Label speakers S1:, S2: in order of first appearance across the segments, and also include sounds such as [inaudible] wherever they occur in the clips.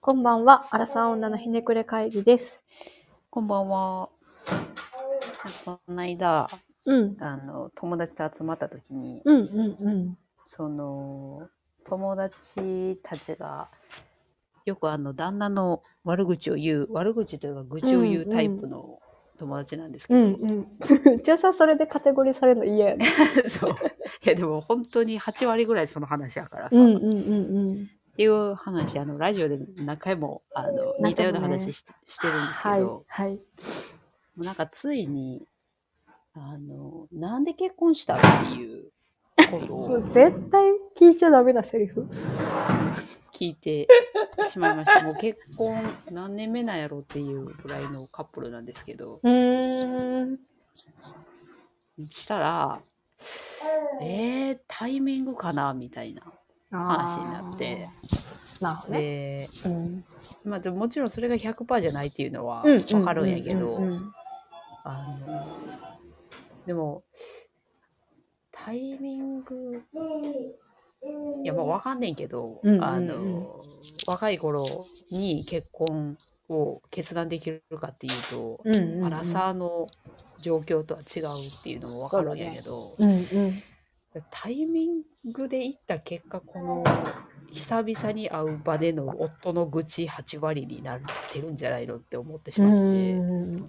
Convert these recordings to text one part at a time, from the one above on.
S1: こんばんは、アラサー女のひねくれ会議です。
S2: こんばんは。この間、
S1: うん。
S2: あの、友達と集まった時に、
S1: うんうんうん。
S2: その、友達たちが、よくあの、旦那の悪口を言う、悪口というか愚痴を言うタイプの友達なんですけど、
S1: うん。 [laughs] うちはさ、それでカテゴリーされるの嫌やね。
S2: [laughs] そう。いや、でも本当に8割ぐらいその話やからさ、
S1: うんう
S2: っ
S1: んうんうん。
S2: ていう話、あの、ラジオで何回も、あの、似たような話し,、してるんですけ
S1: はい
S2: ど、
S1: はい。
S2: もうなんかついに、あの、なんで結婚したっていうこと
S1: そ
S2: を
S1: う絶対聞いちゃダメなセリフ。
S2: 聞いてしまいました。もう結婚何年目なんやろっていうぐらいのカップルなんですけど、
S1: うーん。
S2: したら、えー、タイミングかなみたいな話になって、
S1: なるほどね。
S2: で、
S1: うん。
S2: まあでももちろんそれが100%じゃないっていうのは
S1: うん
S2: わかるんやけど、
S1: うんうん
S2: あの、でも、タイミング、いや、まあ、わかんねんけど、
S1: うんうんうん
S2: あの、若い頃に結婚を決断できるかっていうと、
S1: うんうんうん。
S2: アラサーの状況とは違うっていうのもわかるんやけど、
S1: うんうん。
S2: タイミングで行った結果、この、久々に会う場での夫の愚痴8割になってるんじゃないのって思ってし
S1: う
S2: まって、
S1: んね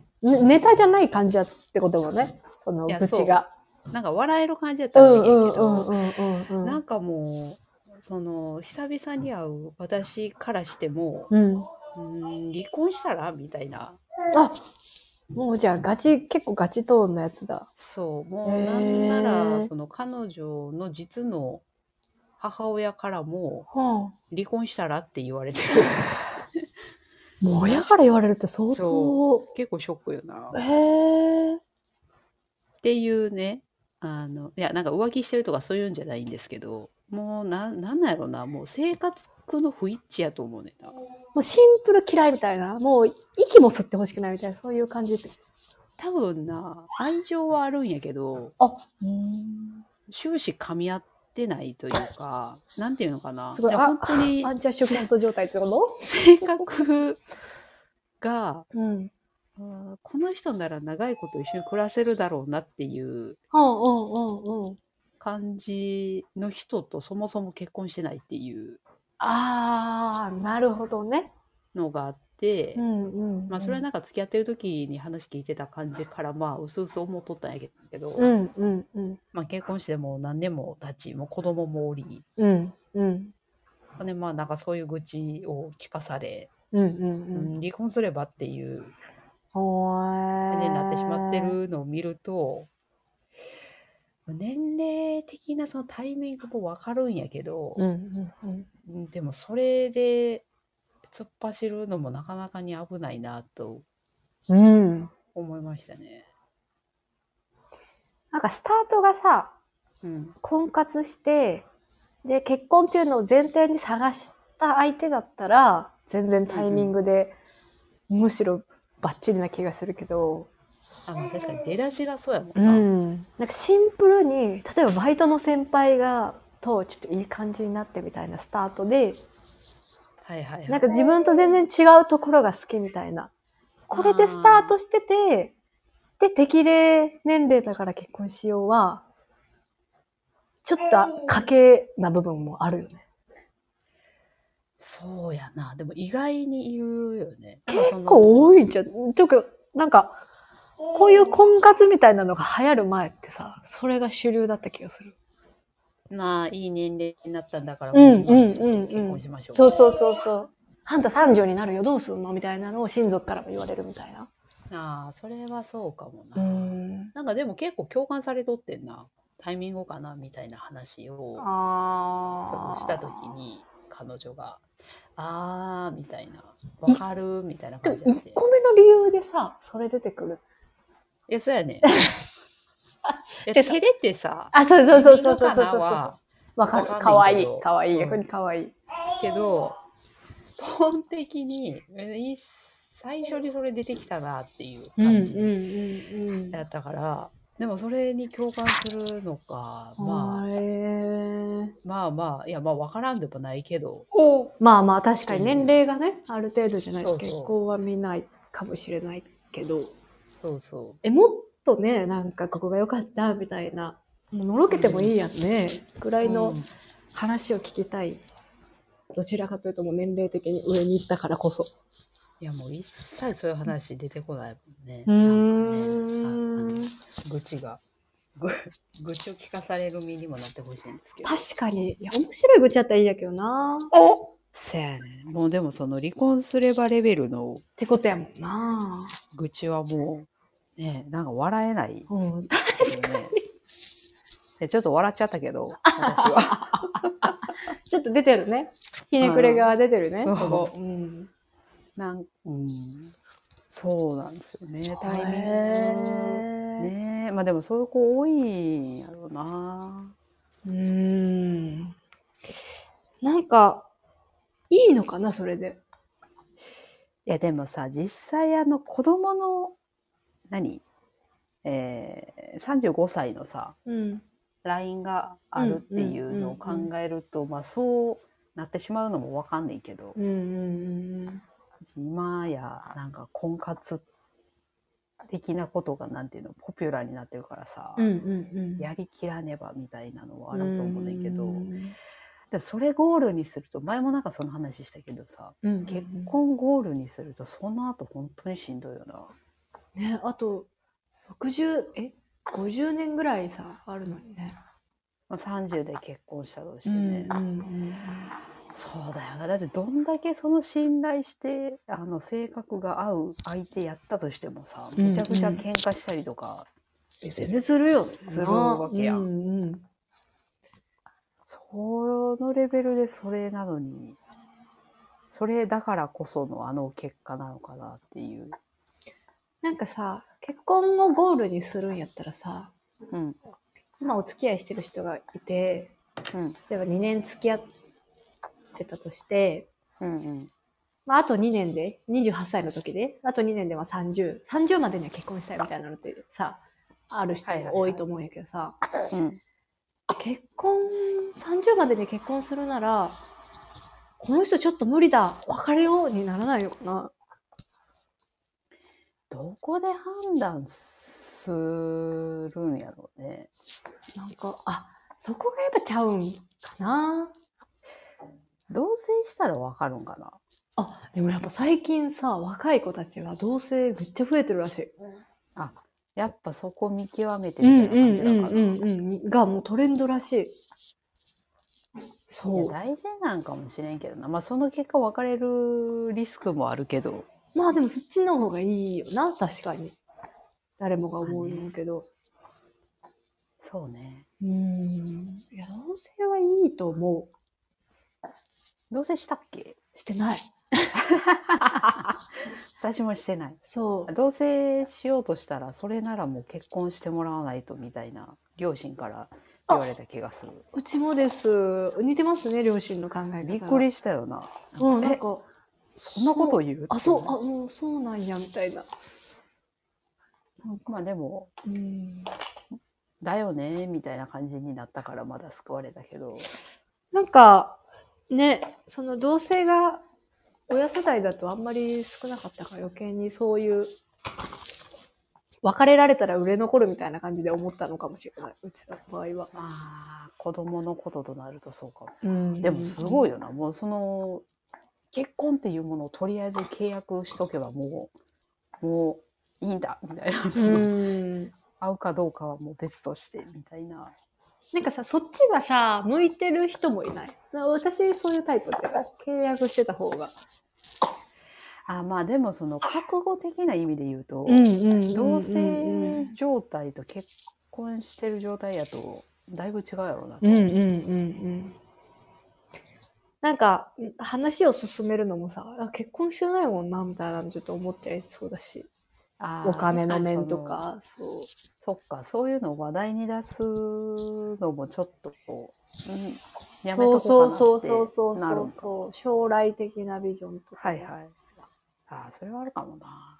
S1: ネタじゃない感じやってこともね、この
S2: いや
S1: 愚痴が。
S2: なんか笑える感じだっ
S1: う
S2: たらいい
S1: ん
S2: んや
S1: うん
S2: け
S1: う
S2: ど、
S1: んうんうんう
S2: なんんかもうその久々に会う私からしても、
S1: うん。
S2: うーん、離婚したらみたいな
S1: あもうじゃあガチ、結構ガチトーンのやつだ。
S2: そうも
S1: へ
S2: うな
S1: ー
S2: んならその彼女の実の母親からも
S1: は
S2: 離婚したらって言
S1: [laughs]
S2: われてる
S1: あ、もう親から言われるって相当
S2: そ。結構ショックよな。
S1: へ
S2: っ
S1: え。
S2: ていうねあのいやなんか浮気してるとかそういうんじゃないんですけどもうなんなんなんやろなもう生活の不一致やと思うねんな。
S1: もうシンプル嫌いみたいな。もう息も吸ってほしくないみたいな、そういう感じって。
S2: 多分な愛情はあるんやけど
S1: あうん。
S2: 終始噛み合ってないというか、なんていうのかな。
S1: すごい
S2: や
S1: あ
S2: 本当に
S1: アンチャッシュフロント状態ってこ
S2: 性格が、
S1: とうん。
S2: あーこの人なら長いこと一緒に暮らせるだろうなっていう
S1: うんうんうんうん。
S2: 感じの人とそもそも結婚してないっていう
S1: ああ、なるほどね。
S2: のがあって、
S1: んうん、
S2: まあそれはなんか付き合ってる時に話聞いてた感じからまあうすうす思っとったんやけど、
S1: うんうんうん。
S2: まあ結婚してもう何年も経ちもう子供もおり、
S1: うんうん。
S2: ね、まあなんかそういう愚痴を聞かされ、
S1: うんう
S2: うん
S1: うん。
S2: ん離婚すればっていう
S1: ほー
S2: 感じになってしまって。るのを見ると、年齢的なそのタイミングもわかるんやけど
S1: う、んうんうん。
S2: うんでもそれで突っ走るのもなかなかに危ないなと
S1: うん。
S2: 思いましたね。
S1: なんかスタートがさ、
S2: うん、
S1: 婚活して、で、結婚っていうのを前提に探した相手だったら、全然タイミングで、むしろバッチリな気がするけど、
S2: あの確かに出だしがそうやも
S1: うん
S2: な。
S1: ん。なんかシンプルに、例えばバイトの先輩が、とちょっといい感じになってみたいなスタートで、
S2: はいはい、はい。
S1: なんか自分と全然違うところが好きみたいな。これでスタートしてて、で、適齢年齢だから結婚しようは、ちょっと賭けな部分もあるよね。
S2: そうやな。でも意外にいるよね。
S1: 結構
S2: い。
S1: 多いんじゃん。というか、なんか、こういう婚活みたいなのが流行る前ってさ、それが主流だった気がする。
S2: まあいい年齢になったんだから、
S1: うんうん
S2: も
S1: うんうん
S2: 結婚しましょう。
S1: そうそうそうそう。あんた30になるよ、どうすんのみたいなのを親族からも言われるみたいな。
S2: ああ、それはそうかもな。
S1: ん。
S2: なんかでも結構共感されとってんな。タイミングかなみたいな話を
S1: あ
S2: その
S1: あ。
S2: した時に彼女が「あー」みたいな「わかる」みたいな
S1: で
S2: 感
S1: も
S2: じで
S1: 1個目の理由でさ、それ出てくる。
S2: いやそ
S1: [laughs]
S2: うやねいや
S1: でさ
S2: 照れてさ
S1: あ、そうそうそうそうそうそう
S2: いるかなは
S1: わかる。
S2: わかんないけ
S1: かわ
S2: ど
S1: いい。かわいい。
S2: うん
S1: 逆にかわいい。
S2: けど基本的にえい最初にそれ出てきたなっていう感じ
S1: んうん。
S2: だったから、でもそれに共感するのか、まあ、
S1: へー
S2: まあまあ、いや、まあ分からんでもないけど、
S1: まあまあ確かに
S2: うん
S1: 年齢がね、ある程度じゃないと
S2: そうそう
S1: 結婚は見ないかもしれないけど
S2: そうそ
S1: えもっとねなんかここが良かったみたいなもうのろけてもいいやんねぐら
S2: う。
S1: いの
S2: うん
S1: 話を聞きたい、どちらかというともう年齢的に上に行ったからこそ
S2: いや、もう一切そういう話出てこないもんね。
S1: う
S2: なんかね
S1: ーん
S2: ああの愚痴が。愚 [laughs] 愚痴を聞かされる身にもなってほしいんですけど。
S1: 確かにいや面白い愚痴やったらいいやけどなっ
S2: せやねんもうでもその離婚すればレベルの
S1: てことやもんな
S2: 愚痴はもう、ねなんか笑えない
S1: うん
S2: ですよね。でちょっと笑っちゃったけど、私 [laughs] は。
S1: ちょっと出てるねひねくれが出てるね
S2: うん
S1: そこ、うん、
S2: なんうん、そうなんですよね。タイミング。
S1: へー
S2: ねえまあでもそういう子多いんやろうな。
S1: うーんなんかいいのかなそれで
S2: いやでもさ、実際あの子供の、何えー、35歳のさ、
S1: うん
S2: ラインがあるっていうのを考えると、まあそうなってしまうのもわかんないけど、
S1: うんうんうん
S2: 今やなんか婚活的なことがなんていうのポピュラーになってるからさ、
S1: うんうんうん
S2: やりきらねばみたいなのはあると思うねんだけど、
S1: うん
S2: でもそれゴールにすると前もなんかその話したけどさ
S1: うん
S2: 結婚ゴールにするとその後本当にしんどいよな。
S1: ねあと60え50年ぐらいさあるのにね
S2: まあ30で結婚したとし
S1: う
S2: てね、
S1: んうん
S2: そうだよなだってどんだけその信頼してあの性格が合う相手やったとしてもさ
S1: うん
S2: むちゃくちゃ喧嘩したりとか、
S1: え全然するよ
S2: するわけや
S1: うんうん
S2: そのレベルでそれなのにそれだからこそのあの結果なのかなっていう、
S1: なんかさ結婚をゴールにするんやったらさ
S2: うん
S1: 今お付き合いしてる人がいて
S2: うん
S1: 例えば2年付き合ってたとして、
S2: うんうん、
S1: まあ、あと2年で28歳の時であと2年では3030までには結婚したいみたいなのってさある人も多いと思うんやけどさ、
S2: うん、
S1: 結婚30までに結婚するならこの人ちょっと無理だ別れようにならないのかな
S2: どこで判断するんやろうね
S1: なんかあそこがやっぱちゃうんかな
S2: 同棲したらわかるんかな
S1: あでもやっぱ最近さ若い子たちは同性めっちゃ増えてるらしい
S2: やっぱそこ見極めて
S1: うん
S2: み
S1: う
S2: たい
S1: ん
S2: な
S1: う
S2: 感じ
S1: ん
S2: だから、
S1: うんうんがもうトレンドらしい
S2: いや
S1: そ
S2: 大事なんかもしれんけどな、まあ、その結果別れるリスクもあるけど
S1: うまあでもそっちの方がいいよな確かに誰もが思うんだけど
S2: そうね
S1: うんいや同性はいいと思う
S2: 同棲したっけ
S1: してない
S2: 私もしてない
S1: そう
S2: 同棲しようとしたらそれならもう結婚してもらわないとみたいな両親から言われた気がする
S1: うちもです。似てますね、両親の考え方が。
S2: びっくりしたよな,、
S1: うん、なん
S2: え
S1: か、
S2: そんなこと
S1: う
S2: 言う
S1: あ、そう、あ、うん、そうなんや、みたいな。
S2: あまあでも
S1: うん。
S2: だよねみたいな感じになったからまだ救われたけど
S1: なんか、ね、その同性が親世代だとあんまり少なかったから余計にそういう、別れられたら売れ残るみたいな感じで思ったのかもしれない、うちの場合は。
S2: まあ子供のこととなるとそうかも
S1: うん
S2: でもすごい
S1: い。
S2: よな、もうその結婚っていうものをとりあえず契約しとけばもうもういいんだみたいな、そうの
S1: ん。
S2: 会うかどうかはもう別としてみたいな
S1: なんかさ、そっちがさ、向いてる人もいない。私、そういうタイプで、契約してた方が。
S2: あまあでもその覚悟的な意味で言うと、
S1: ん
S2: 同棲状態と結婚してる状態やとだいぶ違うやろうなと、
S1: うんうんうんうん。なんか話を進めるのもさあ結婚してないもんなみたいなのちょっと思っちゃいそうだし
S2: あー
S1: お金の面とかそう
S2: そっかそういうのを話題に出すのもちょっとこう、うん、やめ
S1: そ
S2: と
S1: う
S2: こ
S1: そうう
S2: か
S1: そ
S2: な
S1: う
S2: って
S1: そうそう
S2: なる
S1: そ
S2: ん
S1: う
S2: か
S1: そう将来的なビジョンとか、
S2: はいはい。ああ、それはあるかもな。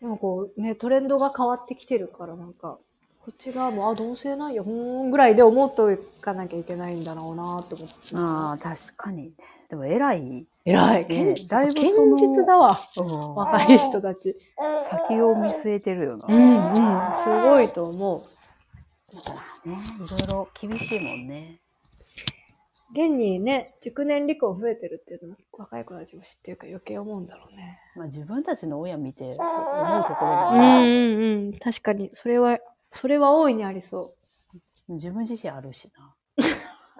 S1: でもこうねトレンドが変わってきてるからなんかこっち側も、あ、同性なんや、ほーんぐらいで思っておかなきゃいけないんだろうなって思って。
S2: ああ、確かに。でも偉い。
S1: 偉い。
S2: ね
S1: 堅
S2: だいぶ
S1: 堅
S2: その
S1: 実だわ。
S2: うん
S1: 若い人たち。
S2: 先を見据えてるよな。
S1: うんうん。すごいと思う。
S2: ね、いろいろ厳しいもんね。
S1: 現にね、熟年離婚増えてるっていうのも、若い子たちも知ってるから余計思うんだろうね。
S2: まあ自分たちの親見て思うところ
S1: う
S2: だか
S1: ん
S2: ら、
S1: うんうん。確かに、それは、それは大いにありそ
S2: 自分自身あるし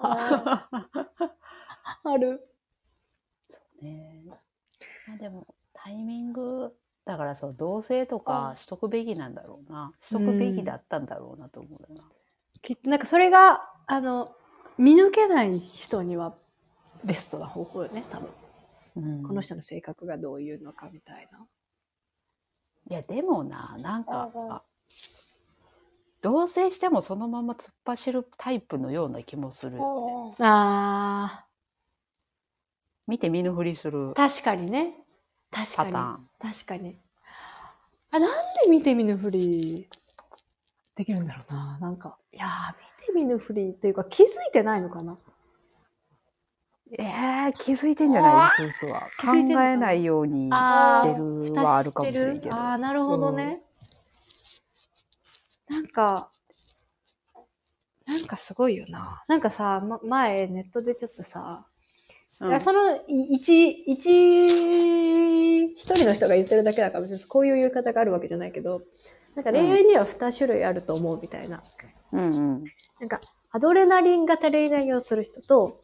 S2: な。
S1: う。ある。
S2: そうね。まあでも、タイミング、だからそう、同性とかしとくべきなんだろうな。しとくべきだったんだろうなと思うよな。
S1: きっとなんかそれが、あの、見抜けない人にはベストな方法よね、多分。
S2: うん
S1: この人の性格がどういうのかみたいな。
S2: いや、でもな、なんか、あ同棲してもそのまま突っ走るタイプのような気もするよね。
S1: あ
S2: 見て見ぬふりする
S1: ー、確かにね。確か
S2: パタ
S1: に。
S2: ーン。
S1: 確かに。あ、なんで見て見ぬふりできるんだろうな。なんか、いやー、見て見ぬふりっていうか気づいてないのかな。
S2: ええ気づいてんじゃないですうは。
S1: 気
S2: 考
S1: づいてんのかな
S2: えないように
S1: あ
S2: してるはあるかもしれんけど。
S1: ああ、なるほどね。なんか、なんかすごいよな。なんかさ、ま、前ネットでちょっとさ、だ
S2: うん
S1: からそのい一、一、一人の人が言ってるだけだから別にこういう言い方があるわけじゃないけど、なんか恋愛には2種類あると思うみたいな。
S2: うんうん。
S1: なんか、アドレナリン型恋愛をする人と、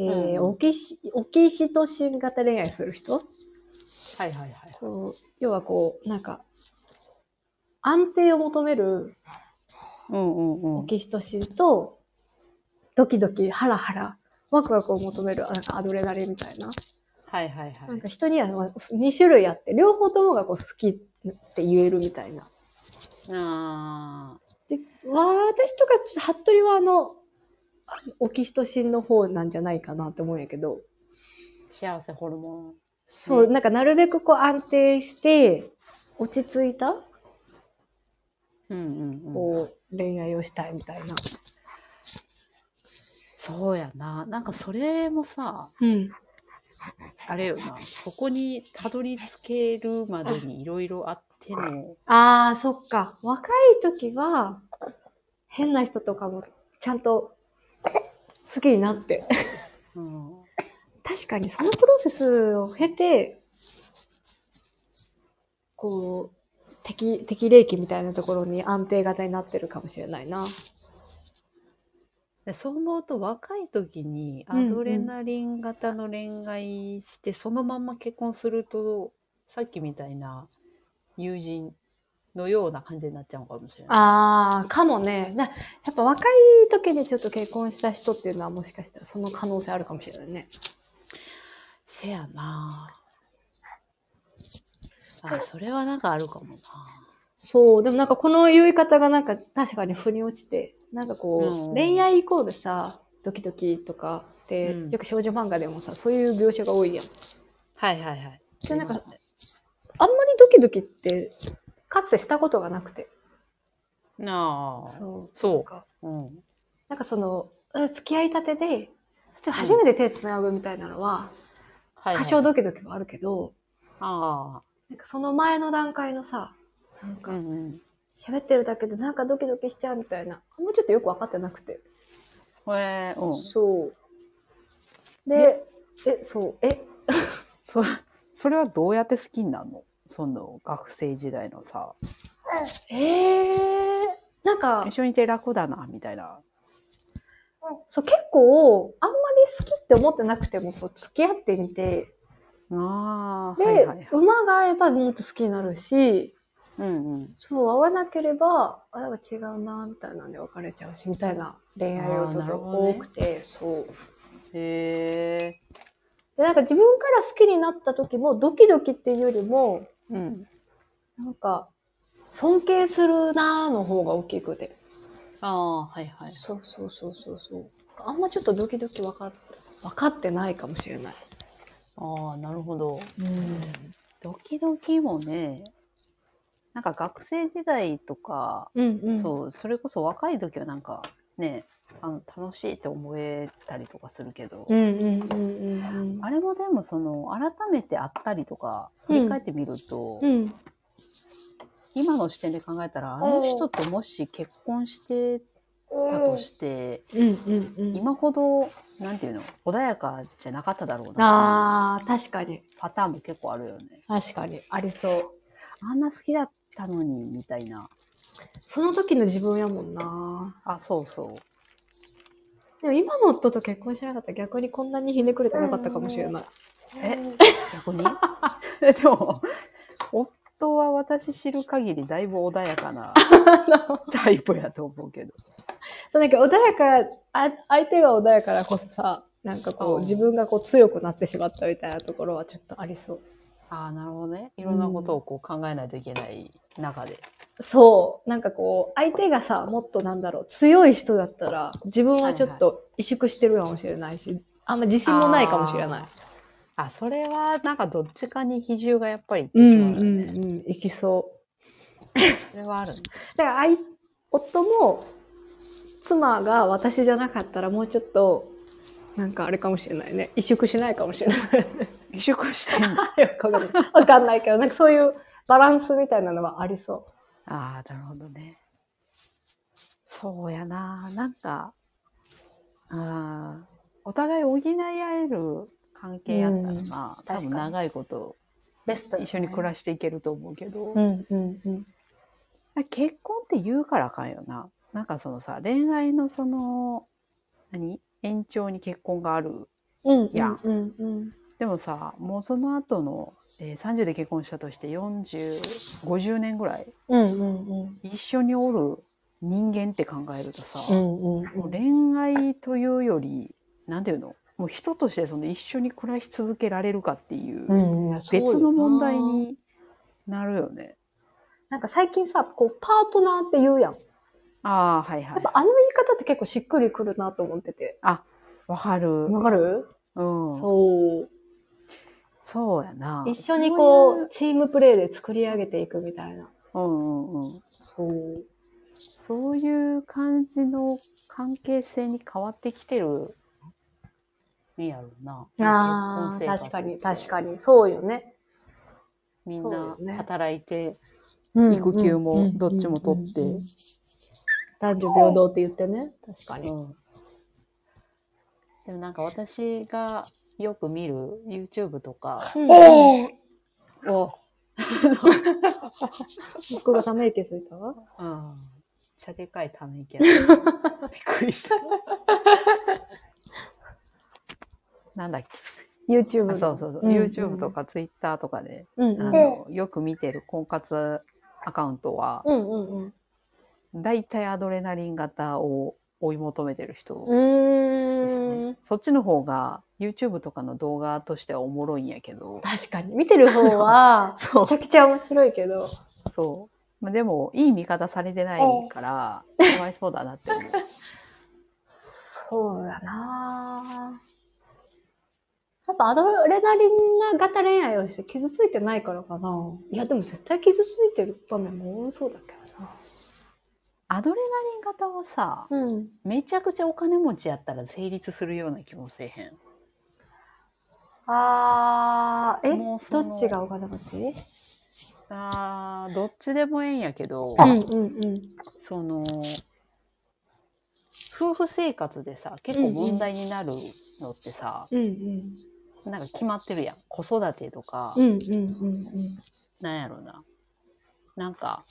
S1: えー
S2: うん
S1: オキシ、オキシトシン型恋愛する人
S2: はいはいはい。
S1: こう要はこう、なんか、安定を求める
S2: うんうんう
S1: オ
S2: ん。
S1: キシトシンと、ドキドキ、ハラハラ、ワクワクを求めるなんかアドレナリンみたいな。
S2: はいはいはい。
S1: なんか人には2種類あって、両方ともがこう好きって言えるみたいな。
S2: ああ。
S1: で、わ私とか、服部はあの、オキシトシンの方なんじゃないかなって思うんやけど、
S2: 幸せホルモン。
S1: そう、
S2: ね
S1: なんかなるべくこう安定して、落ち着いた、
S2: うんうんうん。
S1: こう、恋愛をしたいみたいな。
S2: そうやな。なんかそれもさ、
S1: うん。
S2: あれよな。そこにたどり着けるまでにいろいろあっての。
S1: ああ、そっか。若い時は、変な人とかも、ちゃんと、好きになって。
S2: うん。
S1: 確かに、そのプロセスを経て、こう、適、適齢期みたいなところに安定型になってるかもしれないな。
S2: でそう思うと若い時にア
S1: うんうん
S2: ドレナリン型の恋愛してそのまま結婚するとさっきみたいな友人のような感じになっちゃうかもしれない。
S1: ああ、かもね。なやっぱ若い時にちょっと結婚した人っていうのはもしかしたらその可能性あるかもしれないね。
S2: せやなああそれはなんかあるかもな。
S1: そう。でもなんかこの言い方がなんか確かに腑に落ちて、なんかこう、
S2: うん
S1: 恋愛イコールさ、ドキドキとかって、
S2: うん
S1: よく少女漫画でもさ、そういう描写が多いやん。
S2: はいはいはい。
S1: でなんか
S2: ありますね
S1: あんまりドキドキって、かつてしたことがなくて。
S2: なあ。
S1: そう。なん
S2: そ
S1: か
S2: う。うん。
S1: なんかその、うん付き合いたてで、例えば初めて手つなぐみたいなのは、
S2: はいはい、
S1: 多少ドキドキはあるけど、
S2: あ
S1: なんかその前の段階のさ、なん
S2: あ。
S1: か
S2: う、んうん。
S1: 喋ってるだけでなんかドキドキしちゃうみたいな。あんまちょっとよく分かってなくて。
S2: これ、うん。
S1: そう。で、え、そう、え、
S2: そそれはどうやって好きになるのその学生時代のさ、
S1: えー、なんか
S2: 一、緒にいて楽だな、みたいな。
S1: そう結構、あんまり好きって思ってなくても、こう付き合ってみて、
S2: ああ、
S1: で、
S2: はいはいはい。
S1: 馬が合えばもっと好きになるし、
S2: うんうん。
S1: そう、合わなければ、あ、なんか違うな、みたいなんで別れちゃうし、みたいな恋愛をちょっ
S2: あーな
S1: と
S2: るほどね
S1: 多くて、そう。
S2: へえ。
S1: で、なんか自分から好きになった時も、ドキドキっていうよりも、
S2: うん。
S1: なんか、尊敬するなーの方が大きくて。
S2: ああ、はいはい。
S1: そうそうそうそうそう。あんまちょっとドキドキ分かっ分かってないかもしれない。
S2: ああ、なるほど。
S1: うん。
S2: ドキドキもね、なんか学生時代とか、
S1: うんうん。
S2: そう、それこそ若い時はなんかね、あの楽しいって思えたりとかするけど、
S1: うんうんうんうん
S2: あれもでもその改めて会ったりとか振り返ってみると、
S1: うん。うん。
S2: 今の視点で考えたらあの人ともし結婚してたとして、
S1: うんうんうん。
S2: 今ほどなんていうの穏やかじゃなかっただろうな
S1: ああ、確かに。
S2: っていうパターンも結構あるよね。
S1: 確かに。ありそう。
S2: あんな好きだったのにみたいな。
S1: その時の自分やもんな。
S2: あそうそう。
S1: でも今の夫と結婚しなかったら逆にこんなにひねくれてなかったかもしれない。
S2: え逆 [laughs] にでも夫は私知る限りだいぶ穏やか [laughs] なタイプやと思うけど。
S1: そうなんか穏やかあ、相手が穏やからこそさ、なんかこ
S2: う
S1: うん自分がこう強くなってしまったみたいなところはちょっとありそう。
S2: ああなるほどね。いろんなことをこう考えないといけない中で。
S1: そう。なんかこう、相手がさ、もっとなんだろう、強い人だったら、自分はちょっと萎縮してるかもしれないし、あんま自信もないかもしれない。
S2: あそれはなんかどっちかに比重がやっぱりいって
S1: うん
S2: しまうよ
S1: う
S2: ね、
S1: んうん、いきそう。
S2: それはあるね。
S1: だからあい夫も妻が私じゃなかったらもうちょっとなんかあれかもしれないね萎縮しないかもしれない
S2: 移植したいんだ。
S1: よくわかんないわかんないけどなんかそういうバランスみたいなのはありそ
S2: ああ、なるほどね。そうやな。なんか、ああ、お互い補い合える関係やったらな、
S1: かに
S2: 多分長いこと
S1: うベスト
S2: 一緒に暮らしていけると思うけど、
S1: うんうんうん
S2: 結婚って言うからあかんよな。なんかそのさ、恋愛のその、何延長に結婚がある。
S1: うん
S2: いや
S1: うんうん
S2: でもさ、もうその後の、えー30で結婚したとして40、50年ぐらい
S1: うんうんうん
S2: 一緒におる人間って考えるとさ、
S1: うん
S2: もう恋愛というより、なんていうのもう人としてその一緒に暮らし続けられるかっていう、
S1: うん
S2: 別の問題になるよね。
S1: なんか最近さこうパートナーって言うやんや
S2: ああ、はいは
S1: っ
S2: い
S1: ぱ。あの言い方って結構しっくりくるなと思ってて
S2: わかる。うん
S1: わ。かる、
S2: そう
S1: そう
S2: やな。
S1: 一緒にこ
S2: そう
S1: チームプレーで作り上げていくみたいな
S2: ういう、うんうんうん。
S1: そう
S2: そういう感じの関係性に変わってきてるんやろうな。
S1: あ
S2: 結婚生
S1: あ、
S2: 活
S1: 確かに、確かに。そうよね。
S2: みん
S1: そう
S2: な
S1: よね
S2: 働いて、育休もどっちも取って
S1: うんうんうん男女平等って言ってね。確かに。
S2: でもなんか私がよく見る YouTube
S1: [laughs]
S2: とかを、
S1: 息子がため息ついたわ。
S2: うん、ちゃでかいため
S1: [laughs]
S2: 息やったびっくりした。なんだっけ
S1: YouTube
S2: あそうそうそう、
S1: ん
S2: YouTube と。か Twitter とかで、
S1: うん
S2: あ
S1: うん
S2: のよく見てる婚活アカウントは、
S1: うんうん
S2: だいたいアドレナリン型を追い求めてる人
S1: うん。
S2: です
S1: うー
S2: ね
S1: ん。。
S2: そっちの方が YouTube とかの動画としてはおもろいんやけど、
S1: 確かに。見てる方は、 [laughs]
S2: そ
S1: めちゃくちゃ面白いけど。
S2: そう。まあ、でも、いい見方されてないから、かわいそうだなって思 [laughs] う。
S1: そうだなぁやっぱアドレナリン型恋愛をして傷ついてないからかないや、でも絶対傷ついてる場面も多そうだけどな。
S2: アドレナリン型はさ、
S1: うん。
S2: めちゃくちゃお金持ちやったら成立するような気もせえへん。
S1: あー、え、
S2: もうそ
S1: ど
S2: の
S1: っちがお金持ち
S2: あーどっちでもええんやけど、
S1: んうんうん。
S2: その、夫婦生活でさ、結構問題になるのってさ、
S1: うんうん。
S2: なんか決まってるやん。子育てとか、
S1: うんうんうん
S2: なんやろな。なんか、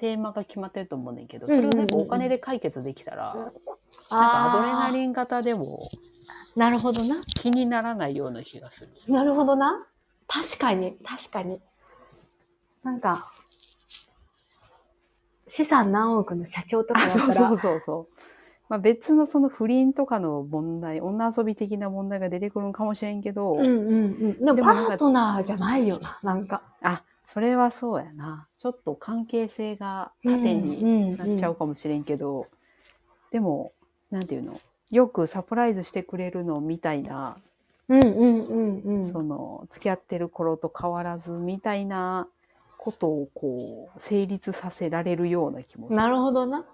S2: テーマが決まってると思うねんけど、それを全部お金で解決できたら、なんかアドレナ
S1: ン。
S2: リン型でも
S1: なるほどな。
S2: 気にならないような気がする。
S1: なるほどな。確かに、確かに。なんか、資産何億の社長とかだったら、
S2: そうそう。まあ、別のその不倫とかの問題、女遊び的な問題が出てくるんかもしれんけど、
S1: うんうんうん。でも
S2: でも
S1: パ
S2: なんか
S1: ートナーじゃないよな、なんか。
S2: あ、それはそうやな。ちょっと関係性が縦になっちゃうかもしれんけど、でも、なんていうのよくサプライズしてくれるのみたいな、
S1: うんうんうんう
S2: その、付き合ってる頃と変わらずみたいなことをこう成立させられるような気もする。
S1: なるほどな。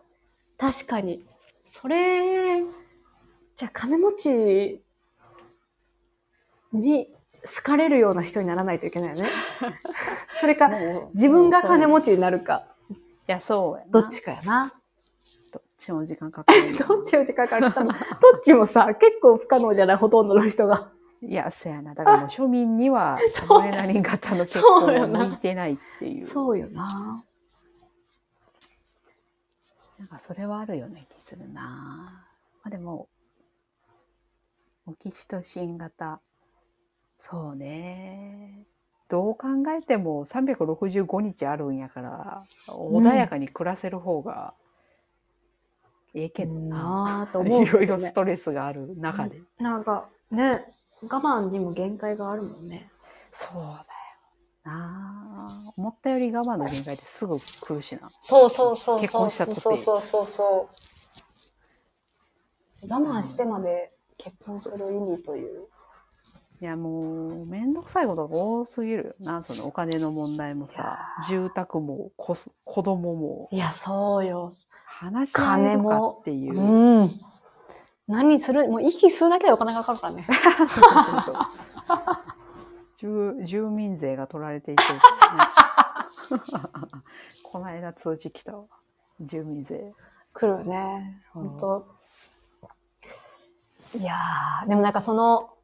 S1: 確かに。それ、じゃあ金持ちに好かれるような人にならないといけないよ
S2: [laughs]
S1: ね。それか、
S2: もう
S1: 自分が金
S2: もう
S1: 持ちになるか、
S2: そういやそうやな
S1: どっちかやな。
S2: どっちも時間かかるな
S1: [laughs] どっちも時間かかるかな。 [laughs] どっちもさ、結構不可能じゃない、ほとんどの人が。
S2: いやそうやなだからもう庶民には
S1: [laughs] そう
S2: それなり方の結
S1: そう
S2: 婚
S1: よ
S2: を
S1: な
S2: 向いてないっていう
S1: そうよな。
S2: なんかそれはあるような気するな。まあ、でも、オキシトシン型。そうね。どう考えても365日あるんやから、穏やかに暮らせる方がええけどな。
S1: なあと思う
S2: い
S1: けど
S2: ろ
S1: ね
S2: いろストレスがある中で。
S1: なんか、ね、我慢にも限界があるもんね。
S2: そうだよな。思ったより我慢の限界ってすぐ来るしな。
S1: そうそうそううそうそうそうそうそうそう。我慢してまで結婚する意味という。
S2: いやもうめんどくさいことが多すぎるよなそのお金の問題もさ住宅もこす子供も
S1: いや、そうよ。
S2: 話し合えるかっていうう、 [laughs]
S1: ん。何するもう息吸うだけでお金がかかるからね。
S2: 住住民税が取られていて、ね、 [laughs] この間通知来たわ住民税
S1: 来るよね。
S2: うん
S1: 本当。いやー、でもなんかその、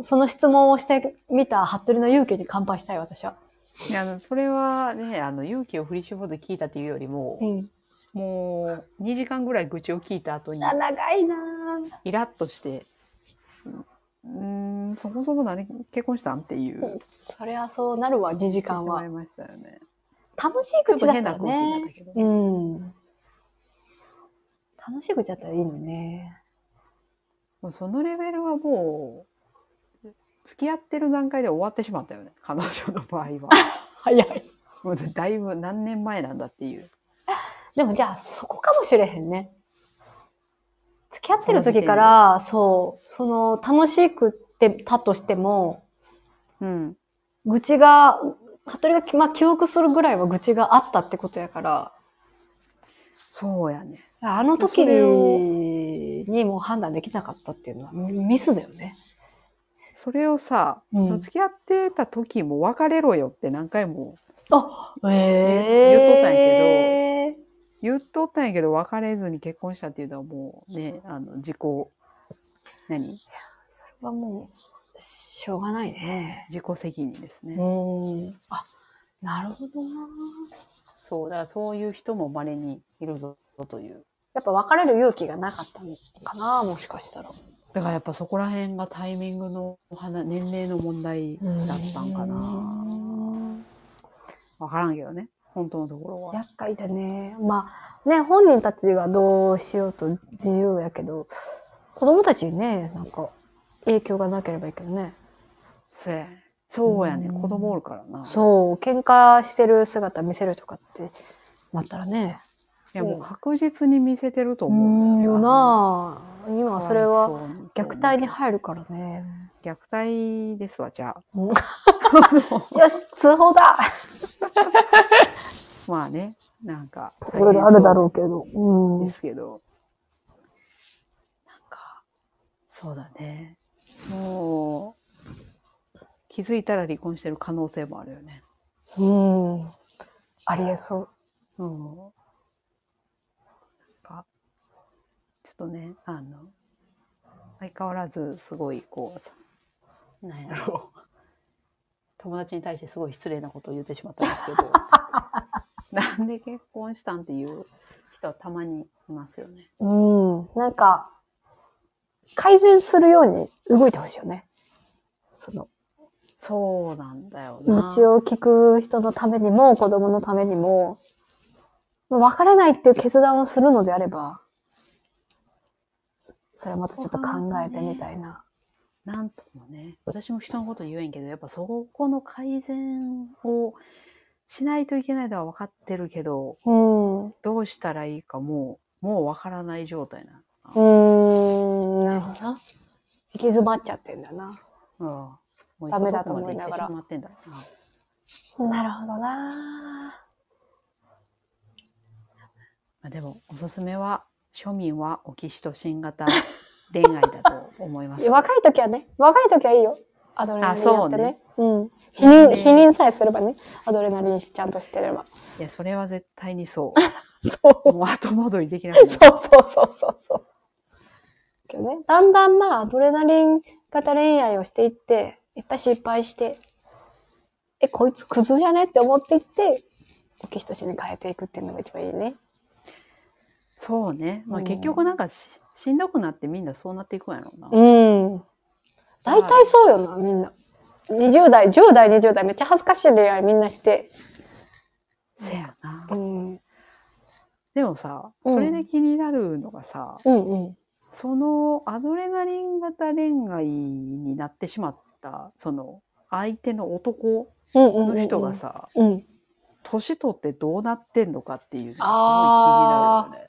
S1: その質問をしてみた服部の勇気に乾杯したい、私は。
S2: いやあのそれはねあの勇気を振り絞って聞いたっていうよりも、
S1: うん。
S2: もう2時間ぐらい愚痴を聞いた後に
S1: あ、長いな
S2: イラッとしてうんうーんそもそも何結婚したんっていう
S1: ー。そりゃそうなるわ、2時間
S2: しま
S1: は。
S2: いましたよね。
S1: 楽しい
S2: ちょっ
S1: 口
S2: と
S1: だった
S2: 変な
S1: ら
S2: 空気になっ
S1: ね
S2: た。けど。
S1: うん。楽しい口だったらいいのね。
S2: もうそのレベルはもう、付き合ってる段階で終わってしまったよね。彼女の場合は。 [laughs]
S1: 早い。
S2: もうだいぶ何年前なんだっていう。
S1: でもじゃあ、そこかもしれへんね。付き合ってる時から、そう、その、楽しくってたとしても、
S2: うん。
S1: 愚痴が、服部が、まあ、記憶するぐらいは愚痴があったってことやから、
S2: そうやね。
S1: あの時
S2: それを
S1: にもう判断できなかったっていうのはミミスだよね。
S2: それをさ、
S1: うん
S2: その付き合ってた時も別れろよって何回も
S1: あ、え
S2: 言うとったんや
S1: え
S2: 言っとったんやけど、別れずに結婚したっていうのはもうね、あの、自己、何
S1: それはもう、しょうがないね。
S2: 自己責任ですね。
S1: うん。あ、なるほどな。
S2: そう、だからそういう人も稀にいるぞという。
S1: やっぱ別れる勇気がなかったのかな、もしかしたら。
S2: だからやっぱそこら辺がタイミングのお花年齢の問題だったんかな。わからんけどね、本当のところは。
S1: 厄介だね。まあ、ね、本人たちがどうしようと自由やけど、子供たちにね、なんか、影響がなければいいけどね。
S2: そうやねそうやね、
S1: うん
S2: 子供おるからな。
S1: そう、喧嘩してる姿見せるとかってなったらね。
S2: いやもう確実に見せてると
S1: う
S2: 思う
S1: ん、
S2: んだよ
S1: よ
S2: な。
S1: なぁ今それ
S2: か
S1: は
S2: わいそうにと思う
S1: 虐待に入るからね。
S2: 虐待ですわ、じゃあ。
S1: うんよし、通報だ
S2: まあね、なんか。
S1: いろいろあるだろうけど。うん
S2: で。すけど、なんか、そうだね。もう、気づいたら離婚してる可能性もあるよね。
S1: うん。ありえそう。
S2: うん。なんか、ちょっとね、あの、相変わらずすごいこうさ、なんやろう。友達に対してすごい失礼なことを言ってしまったんですけ [laughs] ど、なんで結婚したんっていう人はたまにいますよね。
S1: うん。なんか、改善するように動いてほしいよね。その、
S2: そうなんだよな。
S1: 道を聞く人のためにも、子供のためにも、もう別れないっていう決断をするのであれば、それはまたちょっと考えてみたいな。
S2: なんともね、私も人のこと言えんけど、やっぱそこの改善をしないといけないのは分かってるけど、
S1: うん。う
S2: どうしたらいいかもう、もう分からない状態なのか
S1: ーん、なるほどな。行き詰まっちゃってんだな。
S2: な。うん。もう
S1: ダメだ
S2: 行くこまで
S1: と思いながら
S2: 行ってしまってんだな。
S1: なるほどな。
S2: まあ、でも、おすすめは、庶民はオキシトシン型 [laughs] 恋愛だと思います。
S1: 若い時はね、若い時はいいよ。アドレナリンやってね。うん。否
S2: ね
S1: 認、否認さえすればね、アドレナリンちゃんとしてれば。
S2: いや、それは絶対にそ
S1: そう
S2: う。。もう後戻りできなくなる。
S1: [laughs] そうそうそうそうそう。けどね、だんだんまあ、アドレナリン型恋愛をしていって、いっぱい失敗して、え、こいつクズじゃねって思っていって、オキシトシンに変えていくっていうのが一番いいね。
S2: そうね。まあ
S1: うん
S2: 結局なんかししんどくなってみんなそうなっていくんやろうな。
S1: うん。大体そうよな、みんな。20代、10代、20代、めっちゃ恥ずかしい恋愛みんなして。
S2: せやな。
S1: うん。うん
S2: でもさ、
S1: うん
S2: それで気になるのがさ、
S1: うん。
S2: そのアドレナリン型恋愛になってしまった、その相手の男
S1: うんうんうん、
S2: の人が。さ、
S1: うん。
S2: 年取ってどうなってんのかっていうのが
S1: あ
S2: すごい気になるよね。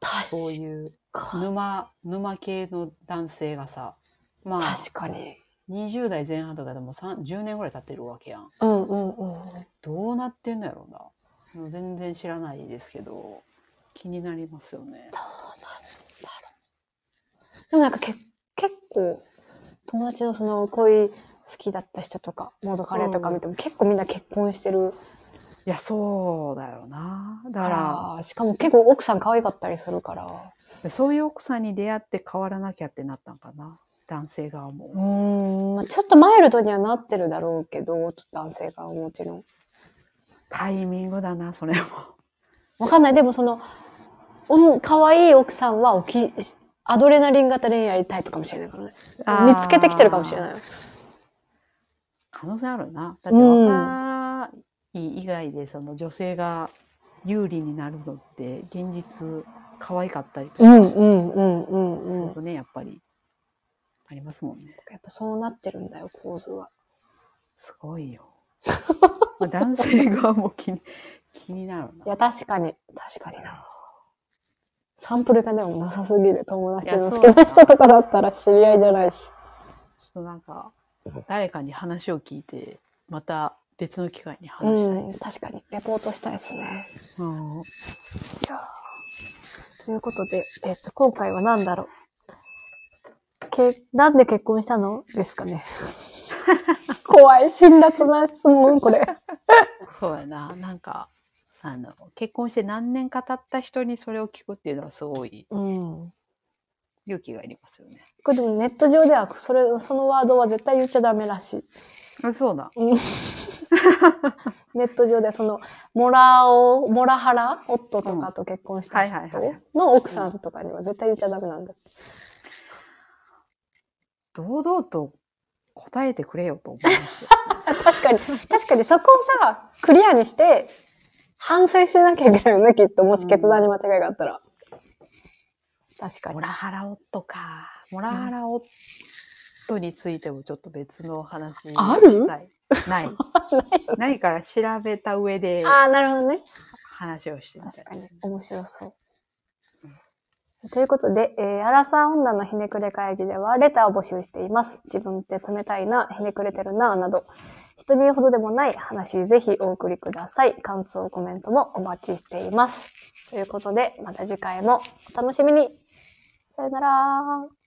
S1: 確
S2: そういう
S1: かに。
S2: 沼、沼系の男性がさ、まあ、
S1: 確かに。
S2: 20代前半とかでも3 10年ぐらい経ってるわけやん。
S1: うんうんうん。
S2: どうなってんのやろうな。もう全然知らないですけど、気になりますよね。
S1: でもなんかけ結構友達のその恋好きだった人とか元カレとか見ても結構みんな結婚してる
S2: いや、そうだよな。だ
S1: か、
S2: から
S1: しかも結構奥さん可愛かったりするから
S2: ら、そういう奥さんに出会って変わらなきゃってなったんかな。男性側
S1: うー
S2: も。
S1: ん、まあ、ちょっとマイルドにはなってるだろうけど男性がもちろん
S2: タイミングだな、それも。
S1: わかんないでもその、うん、可愛い奥さんは起きアドレナリン型恋愛タイプかもしれないからね見つけてきてるかもしれ
S2: い。
S1: ないよ
S2: 可能性あるな。だって若い以外で、その女性が有利になるのって、現実可愛かったりと
S1: う
S2: か
S1: んうんうんうん
S2: す
S1: うん
S2: るとね、やっぱり、ありますもんね。
S1: やっぱそうなってるんだよ構図は
S2: す
S1: [laughs]
S2: ごいよ。まあ男性側も気に気になる
S1: い
S2: な。
S1: や、確かに。確かにな。サンプルがでもなさすぎる。友達
S2: いや
S1: の
S2: そ
S1: 好
S2: う
S1: きな人とかだったら知り合いじゃないし。
S2: ちょっとなんか、誰かに話を聞いて、また別の機会に
S1: う
S2: 話したい
S1: ん、
S2: です。
S1: 確かに。レポートしたいですね。
S2: うん
S1: いやーということで、えっ、と、今回は何だろう。け、なんで結婚したのですか
S2: [laughs]
S1: ね。怖い、辛辣な質問、これ。
S2: そうやな。なんか、あの、結婚して何年か経った人にそれを聞くっていうのはすごい
S1: うん。
S2: 勇気がいりますよね。
S1: これでもネット上では、それ、そのワードは絶対言っちゃダメらしい。
S2: あそうだ。
S1: ネット上でそのモラをモラハラ夫とかと結婚した
S2: うんはい
S1: 人
S2: はいはい
S1: の奥さんとかには絶対言っちゃダメなんだって。
S2: 堂々と答えてくれよと思いますよ。
S1: 確かに確かにそこをさクリアにして反省しなきゃいけないよねきっともし決断に間違いがあったら。確か
S2: [laughs] モ
S1: に。
S2: ラハラ夫か。モラハラ夫についてもちょっと別の話を
S1: ある
S2: したい。 [laughs] ない。ないから調べた上で
S1: ああなるほどね。
S2: 話をしてみた
S1: 確
S2: い。
S1: かに。面白そう。ということで、えー、アラサー女のひねくれ会議ではレターを募集しています。自分って冷たいな、ひねくれてるな、など、人に言うほどでもない話、ぜひお送りください。感想、コメントもお待ちしています。ということで、また次回もお楽しみに。さよなら。